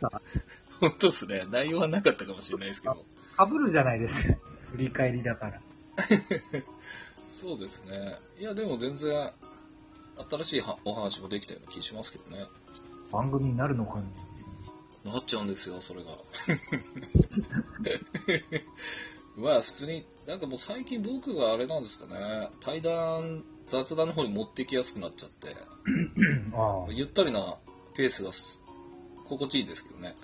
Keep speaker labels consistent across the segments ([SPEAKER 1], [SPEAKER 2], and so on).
[SPEAKER 1] さ、
[SPEAKER 2] 本当っすね。内容はなかったかもしれないですけど。
[SPEAKER 1] 被るじゃないですか。振り返りだから。
[SPEAKER 2] そうですね。いや、でも全然、新しいはお話もできたような気しますけどね。
[SPEAKER 1] 番組になるのかな
[SPEAKER 2] なっちゃうんですよ、それが。 まあ、普通に、なんかもう最近僕があれなんですかね、対談、雑談の方に持ってきやすくなっちゃって、
[SPEAKER 1] あ
[SPEAKER 2] ゆったりなペースがす心地いいですけどね。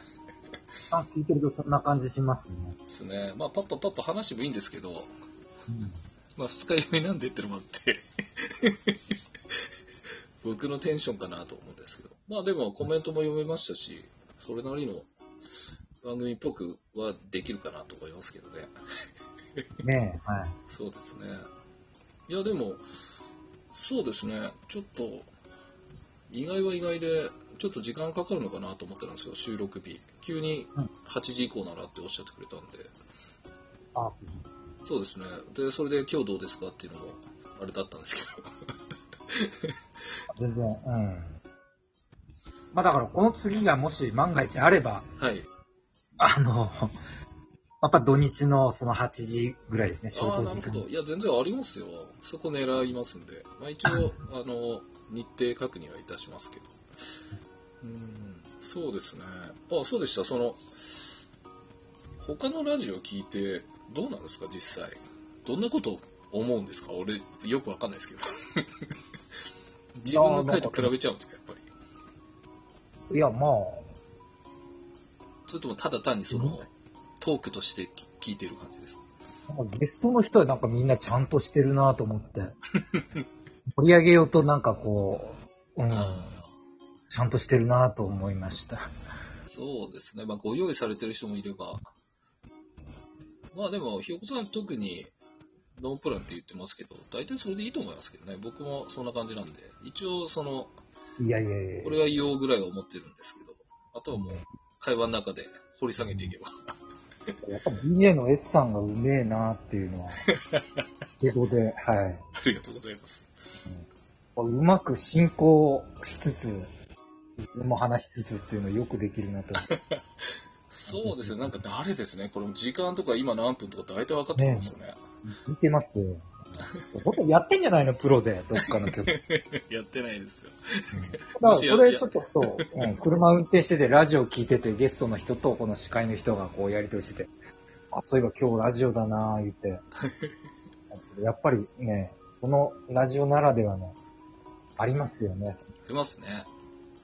[SPEAKER 1] あ。あ、聞いてるとそんな感じしますね。
[SPEAKER 2] ですね。まあ、パッパパッパ話してもいいんですけど、
[SPEAKER 1] うん
[SPEAKER 2] まあ、二日酔いなんで言ってるのもあって、 僕のテンションかなと思うんですけど。まあ、でもコメントも読めましたし、それなりの番組っぽくはできるかなと思いますけどね。
[SPEAKER 1] ねえ、はい。
[SPEAKER 2] そうですね。いや、でも、そうですね。ちょっと、意外は意外で、ちょっと時間かかるのかなと思ってたんですよ、収録日。急に
[SPEAKER 1] うん
[SPEAKER 2] 8時以降ならっておっしゃってくれたんで。
[SPEAKER 1] あ
[SPEAKER 2] そうですね。で、それで今日どうですかっていうのも、あれだったんですけど。
[SPEAKER 1] 全然、うん。まあだから、この次がもし万が一あれば、
[SPEAKER 2] はい。
[SPEAKER 1] あの、 やっぱ土日のその8時ぐらいですね、消
[SPEAKER 2] ああ、
[SPEAKER 1] 灯
[SPEAKER 2] な
[SPEAKER 1] 時
[SPEAKER 2] るほ
[SPEAKER 1] 間。
[SPEAKER 2] ど。いや、全然ありますよ。そこ狙いますんで。まあ、一 応、あの、日程確認はいたしますけど。うん、そうですね。あ、そうでした。その、他のラジオ聞いて、どうなんですか、実際。どんなこと思うんですか俺、よくわかんない ですけど。自分の回と比べちゃうんですか、やっぱり。
[SPEAKER 1] いや、まあ、
[SPEAKER 2] それとも、ただ単にその
[SPEAKER 1] う、
[SPEAKER 2] トークとして聞いてる感じです。
[SPEAKER 1] なんかゲストの人はなんかみんなちゃんとしてるなと思って。 盛り上げようとなんかこう、うん、
[SPEAKER 2] あ
[SPEAKER 1] ちゃんとしてるなと思いました。
[SPEAKER 2] ーそうですね。まあ、ご用意されてる人もいれば、まあでも、ひよこさん特にノープランって言ってますけど、大体それでいいと思いますけどね。僕もそんな感じなんで、一応その、
[SPEAKER 1] いやいやいや
[SPEAKER 2] これは言おうぐらいは思ってるんですけど、あとはもう会話の中で掘り下げていけば。
[SPEAKER 1] やっぱ DJ の S さんがうめえなっていう のは、英語で、はい。
[SPEAKER 2] ありがとうございます。
[SPEAKER 1] うまく進行しつつ、自分も話しつつっていうのよくできるなと。
[SPEAKER 2] そうですね。なんか慣れですね。これも時間とか今何分とか大体分かってきますよね。
[SPEAKER 1] 見てますよ。僕やってんじゃないのプロで、どっか の曲。だか
[SPEAKER 2] やってないですよ。
[SPEAKER 1] ら、これちょっとそう、うん、車運転してて、ラジオ聞いてて、ゲストの人とこの司会の人がこうやりとりしてて、あ、そういえば今日ラジオだなぁ、言って。やっぱりね、そのラジオならではの、ありますよね。
[SPEAKER 2] ありますね。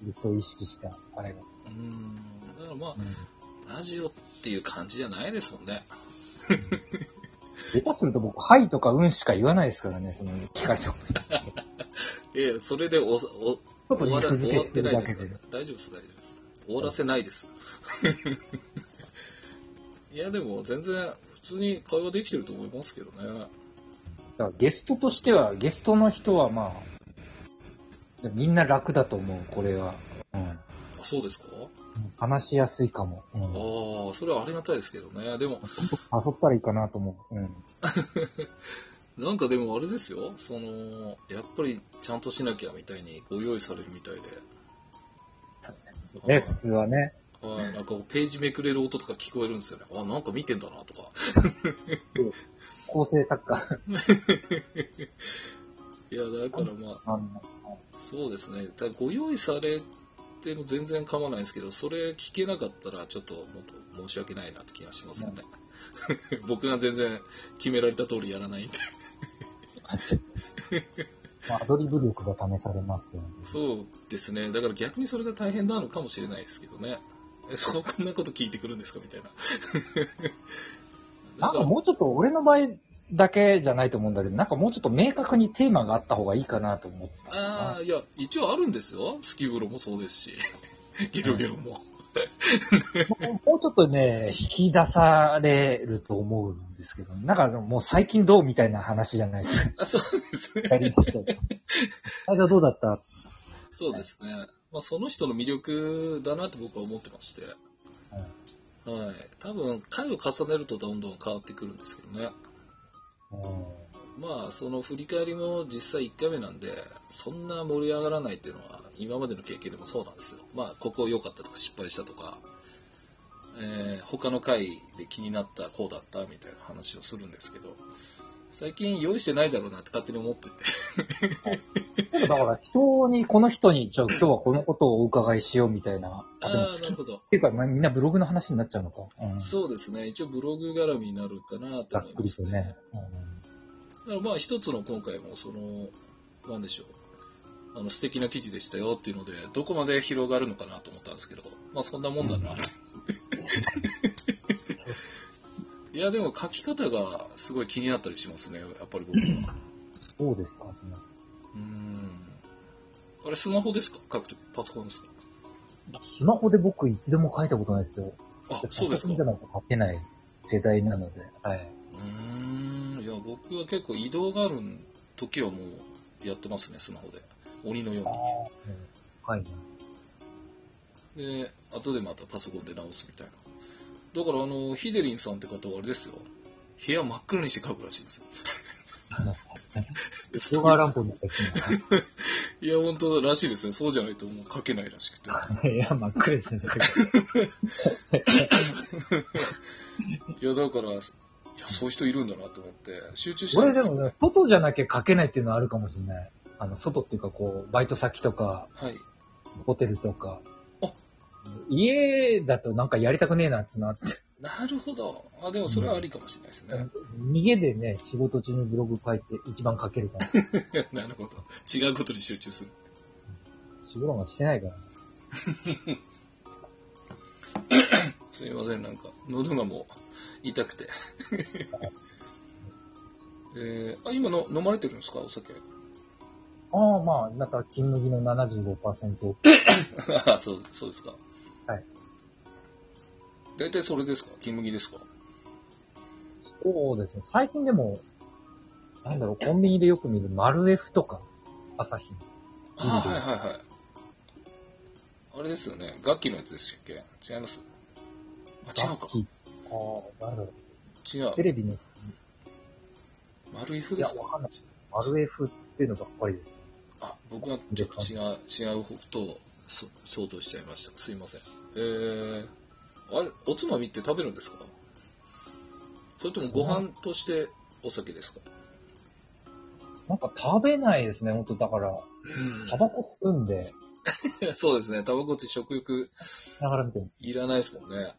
[SPEAKER 1] ゲストを意識した、あれが。
[SPEAKER 2] うーん。だからま
[SPEAKER 1] うん
[SPEAKER 2] あ、ラジオっていう感じじゃないですもんね。
[SPEAKER 1] 下手すると僕、はいとかうんしか言わないですからね、その聞かれたこと。
[SPEAKER 2] ええ、それでおお
[SPEAKER 1] ちょっと
[SPEAKER 2] 終わら
[SPEAKER 1] 肉
[SPEAKER 2] 終
[SPEAKER 1] 付
[SPEAKER 2] わ
[SPEAKER 1] け
[SPEAKER 2] っ
[SPEAKER 1] しててる
[SPEAKER 2] ない
[SPEAKER 1] だ
[SPEAKER 2] で
[SPEAKER 1] け
[SPEAKER 2] す
[SPEAKER 1] で。
[SPEAKER 2] から大丈夫です、大丈夫です。終わらせないです。 いや、でも全然普通に会話できてると思いますけどね。
[SPEAKER 1] だからゲストとしては、ゲストの人はまあ、みんな楽だと思う、これは。うん。
[SPEAKER 2] あそうですか
[SPEAKER 1] 話しやすいかも。うん。誘
[SPEAKER 2] ああ、それはありがたいですけどね。でも、
[SPEAKER 1] ったらいいかなと思う。うん。
[SPEAKER 2] なんかでもあれですよ。その、やっぱりちゃんとしなきゃみたいにご用意されるみたいで。
[SPEAKER 1] ね、普通はね。
[SPEAKER 2] はい、なんかこうページめくれる音とか聞こえるんですよね。あ、なんか見てんだなとか。
[SPEAKER 1] 構成作家。
[SPEAKER 2] いや、だからまあ、
[SPEAKER 1] あの
[SPEAKER 2] そうですね、ただご用意されても全然構わないですけど、それ聞けなかったら、ちょっともっと申し訳ないなって気がしますよね。 僕が全然決められた通りやらないんで。
[SPEAKER 1] まあアドリブ力が試されますよね。
[SPEAKER 2] そうですね、だから逆にそれが大変なのかもしれないですけどね。えそうこんなこと聞いてくるんですかみたいな。
[SPEAKER 1] なんかもうちょっと、俺の場合だけじゃないと思うんだけど、なんかもうちょっと明確にテーマがあった方がいいかなと思った。
[SPEAKER 2] ああ、いや、一応あるんですよ。スキブロもそうです し、ゲロゲロも。
[SPEAKER 1] もうちょっとね、引き出されると思うんですけど、なんかもう最近どうみたいな話じゃない ですか。
[SPEAKER 2] あ、そうですね。
[SPEAKER 1] 二人して。最初どうだった
[SPEAKER 2] そうですね。まあ、その人の魅力だなと僕は思ってまして。はい。多分、回を重ねるとどんどん変わってくるんですけどね。
[SPEAKER 1] うん
[SPEAKER 2] まあ、その振り返りも実際1回目なんで、そんな盛り上がらないっていうのは、今までの経験でもそうなんですよ。まあ、ここ良かったとか失敗したとか、えー他の回で気になった、こうだったみたいな話をするんですけど、最近用意してないだろうなって勝手に思ってて。
[SPEAKER 1] だから人に、この人に、じゃあ今日はこのことをお伺いしようみたいな。あ、でも
[SPEAKER 2] ああ、
[SPEAKER 1] 好
[SPEAKER 2] な
[SPEAKER 1] き
[SPEAKER 2] る
[SPEAKER 1] っ
[SPEAKER 2] ほど。
[SPEAKER 1] ていうか、まあ、みんなブログの話になっちゃうのか。うん、ざ
[SPEAKER 2] そうですね。一応ブログ絡みになるかなと思
[SPEAKER 1] っ
[SPEAKER 2] い
[SPEAKER 1] く
[SPEAKER 2] ま
[SPEAKER 1] り
[SPEAKER 2] す
[SPEAKER 1] とね。
[SPEAKER 2] だからまあ一つの今回もその、なんでしょう。あの素敵な記事でしたよっていうので、どこまで広がるのかなと思ったんですけど、まあそんなもんだ な。いやでも書き方がすごい気になったりしますね、やっぱり僕は。
[SPEAKER 1] うん、そうですか。
[SPEAKER 2] うん。あれスマホですか書くとき、パソコンですか
[SPEAKER 1] スマホで僕一度も書いたことないですよ。
[SPEAKER 2] あ、そうですか。
[SPEAKER 1] パソコンじゃないと書けない世代なので。はい。
[SPEAKER 2] うーんいや僕は結構移動がある時はもうやってますねスマホで鬼のよ
[SPEAKER 1] ああ
[SPEAKER 2] う、
[SPEAKER 1] はい。
[SPEAKER 2] にで後でまたパソコンで直すみたいなだからあのヒデリンさんって方はあれですよ部屋真っ暗にして書くらしいんですよ
[SPEAKER 1] ヨガランプみたい
[SPEAKER 2] いや本当らしいですねそうじゃないともう書けないらしくて
[SPEAKER 1] な。 いや、真っ暗ですね。
[SPEAKER 2] いやだからいやそういう人いるんだなと思って集中して
[SPEAKER 1] 俺でもね、外じゃなきゃ書けないっていうのはあるかもしれない。あの、外っていうかこう、バイト先とか、
[SPEAKER 2] はい
[SPEAKER 1] ホテルとか
[SPEAKER 2] あ。
[SPEAKER 1] 家だとなんかやりたくねえなってなって。
[SPEAKER 2] なるほどあでもそれはありかもしれないですね、
[SPEAKER 1] 逃げでね、仕事中にブログ書いて一番書けるから。
[SPEAKER 2] なるほど違うことに集中する
[SPEAKER 1] 仕事はしてないから。
[SPEAKER 2] すみません、なんか、喉がもう痛くて。えー、あ、今の飲まれてるんですか、お酒。
[SPEAKER 1] ああ、まあ、なんか、金麦の75%。
[SPEAKER 2] ああ、そう、そうですか。
[SPEAKER 1] はい。
[SPEAKER 2] 大体それですか金麦ですか
[SPEAKER 1] そうですね。最近でも、なんだろう、コンビニでよく見るマルエフとか、朝日。
[SPEAKER 2] ああ、はいはいはい。あれですよね。楽器のやつでしたっけ違いますあ、違うか。
[SPEAKER 1] ああ、なんだろ
[SPEAKER 2] 違
[SPEAKER 1] う、テ
[SPEAKER 2] う。
[SPEAKER 1] レビの、い
[SPEAKER 2] 丸 F で
[SPEAKER 1] や、
[SPEAKER 2] すか
[SPEAKER 1] わかんない。マルエフっていうのばっかりです。
[SPEAKER 2] あ、僕はちょっと違う、違うことをそ想像しちゃいました。すいません。えー、あれ、おつまみって食べるんですかそれともご飯としてお酒ですか
[SPEAKER 1] なんか食べないですね、ほんと。だから、タバコ吸うんで、
[SPEAKER 2] そうですね。タバコって食欲
[SPEAKER 1] ながら見てる。
[SPEAKER 2] いらないですもんね。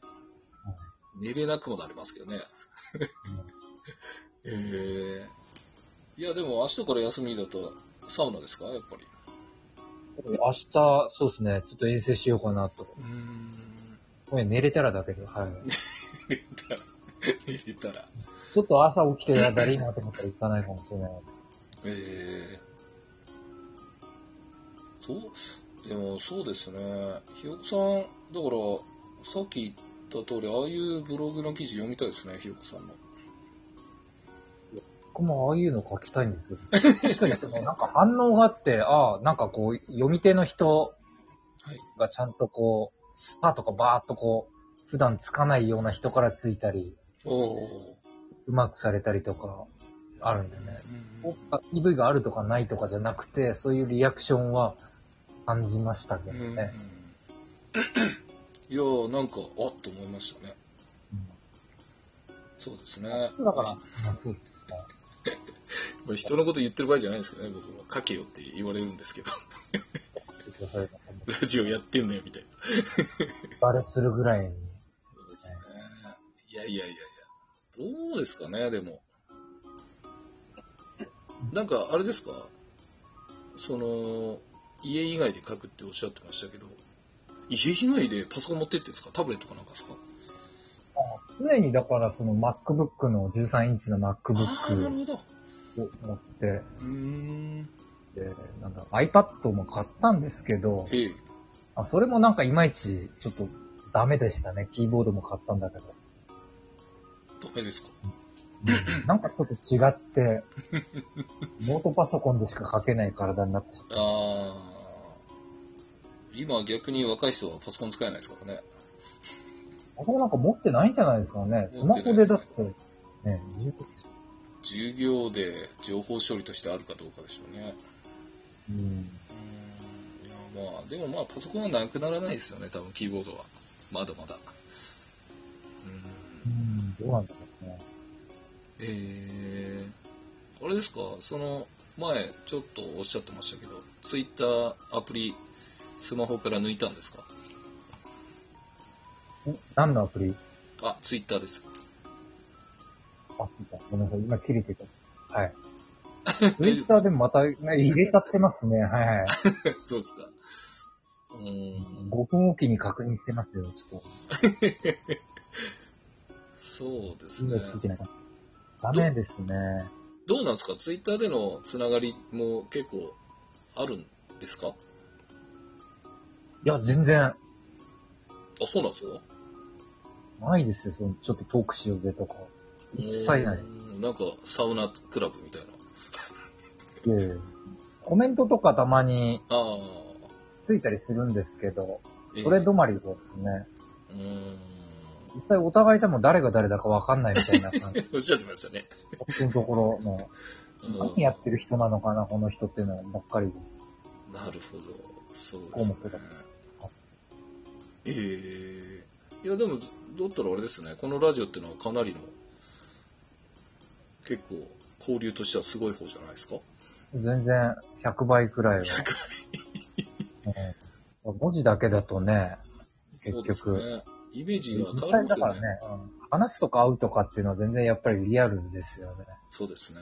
[SPEAKER 2] 寝れなくもなりますけどね。 えー、いや、でも明日から休みだとサウナですかやっぱり。
[SPEAKER 1] 明日、そうですね、ちょっと遠征しようかなと。
[SPEAKER 2] うーん。
[SPEAKER 1] ごめん寝れたらだけど、はい。
[SPEAKER 2] 寝れたら、寝れたら。
[SPEAKER 1] ちょっと朝起きてやだりいなと思ったら行かないかもしれないです。
[SPEAKER 2] ええそう、でもそうですね。ひよこさん、だから、さっき言った通り、ああいうブログの記事読みたいですね、ひよこさんの。
[SPEAKER 1] 僕もああいうの書きたいんですよ。確かに、なんか反応があって、ああ、なんかこう、読み手の人
[SPEAKER 2] はい。
[SPEAKER 1] がちゃんとこう、スターとかバーっとこう、普段つかないような人からついたり、
[SPEAKER 2] おお。
[SPEAKER 1] うまくされたりとか、あるんでね。
[SPEAKER 2] うん
[SPEAKER 1] あ EV があるとかないとかじゃなくて、そういうリアクションは感じましたけど
[SPEAKER 2] うん。
[SPEAKER 1] ね。
[SPEAKER 2] いやー、なんか、あっと思いましたね。
[SPEAKER 1] うん
[SPEAKER 2] そうですね。
[SPEAKER 1] だから、そう
[SPEAKER 2] まあ人のこと言ってる場合じゃないんですけどね、僕も。書けよって言われるんですけど、 ラジオやってんのよ、みたいな。
[SPEAKER 1] バレするぐらいに。
[SPEAKER 2] そうですね。いやいやいやいや。どうですかね、でも。なんか、あれですかその、家以外で書くっておっしゃってましたけど、家以外でパソコン持ってってんですかタブレットかなんかですか
[SPEAKER 1] 常にだからその MacBook の13インチの
[SPEAKER 2] ああー、なる
[SPEAKER 1] MacBook
[SPEAKER 2] ほど。
[SPEAKER 1] を持って、
[SPEAKER 2] うーん。
[SPEAKER 1] でなんだ iPad も買ったんですけど、
[SPEAKER 2] ええ。
[SPEAKER 1] あそれもなんかいまいちちょっとダメでしたね。キーボードも買ったんだけど。
[SPEAKER 2] ダメですか
[SPEAKER 1] なんかちょっと違って、ノートパソコンでしか書けない体になってしまっ
[SPEAKER 2] ああ。今逆に若い人はパソコン使えないですからね。
[SPEAKER 1] た。あそこなんか持ってないんじゃないですかね。スマホでだって、ね、十
[SPEAKER 2] 授業で情報処理としてあるかどうかでしょうね。
[SPEAKER 1] うん。
[SPEAKER 2] うーんいやまあ、でもまあ、パソコンはなくならないですよね、多分キーボードは。まだまだ。うん。
[SPEAKER 1] うん、どうなんだろうね。
[SPEAKER 2] えー、あれですか、その、前、ちょっとおっしゃってましたけど、ツイッターアプリ、スマホから抜いたんですか
[SPEAKER 1] ん何のアプリ
[SPEAKER 2] あ、ツイッターです。
[SPEAKER 1] あ、見た。ごめんなさい。今切れてた。はい。ツイ
[SPEAKER 2] 大丈
[SPEAKER 1] ッ
[SPEAKER 2] 夫
[SPEAKER 1] ターでもまた、ね、入れちゃってますね。はいはい。
[SPEAKER 2] そうですか。うーん、
[SPEAKER 1] 5分おきに確認してますよ。ちょっと。
[SPEAKER 2] そうです
[SPEAKER 1] 今
[SPEAKER 2] ね。
[SPEAKER 1] 聞いてなかった。ダメですね。
[SPEAKER 2] どうなんですかツイッターでのつながりも結構あるんですか
[SPEAKER 1] いや、全然、
[SPEAKER 2] あ、そうなんですか。
[SPEAKER 1] ないですよ。その、ちょっとトークしようぜとか。一切ないう
[SPEAKER 2] ーんなんか、サウナクラブみたいな。
[SPEAKER 1] いやいやコメントとかたまに
[SPEAKER 2] ああ、
[SPEAKER 1] ついたりするんですけど、
[SPEAKER 2] ええ
[SPEAKER 1] それ止まりですね。
[SPEAKER 2] うーん。
[SPEAKER 1] 実際お互い多分誰が誰だかわかんないみたいな 感じ。
[SPEAKER 2] おっしゃってましたね。
[SPEAKER 1] 僕のところの、
[SPEAKER 2] うん
[SPEAKER 1] 何やってる人なのかな、この人っていうのばっかりです。
[SPEAKER 2] なるほど。そうですね
[SPEAKER 1] 項目だ。
[SPEAKER 2] ええいや、でも、だったらあれですね。このラジオってのはかなりの、結構、交流としてはすごい方じゃないですか
[SPEAKER 1] 全然100倍くらいは。 うん文字だけだとね、結
[SPEAKER 2] そう
[SPEAKER 1] 局
[SPEAKER 2] ですね。イメージ
[SPEAKER 1] 実
[SPEAKER 2] が変わりま
[SPEAKER 1] 際だ
[SPEAKER 2] す
[SPEAKER 1] か
[SPEAKER 2] よ
[SPEAKER 1] ら
[SPEAKER 2] ね
[SPEAKER 1] ね。、うん話すとか会うとかっていうのは全然やっぱりリアルですよね。
[SPEAKER 2] そうですね。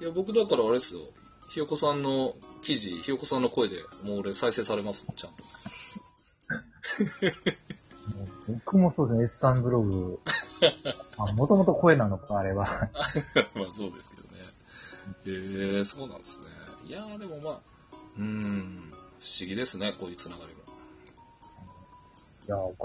[SPEAKER 2] いや、僕だからあれですよ。ひよこさんの記事、ひよこさんの声でもう俺再生されますもん、ちゃんと。
[SPEAKER 1] うん僕もそうですね、S3 ブロ グ。もともと声なのか、あれは。
[SPEAKER 2] まあそうですけどね。へえそうなんですね。いやーでもまあ、うーん、不思議ですね、こういうつながりが。
[SPEAKER 1] いや、おかげ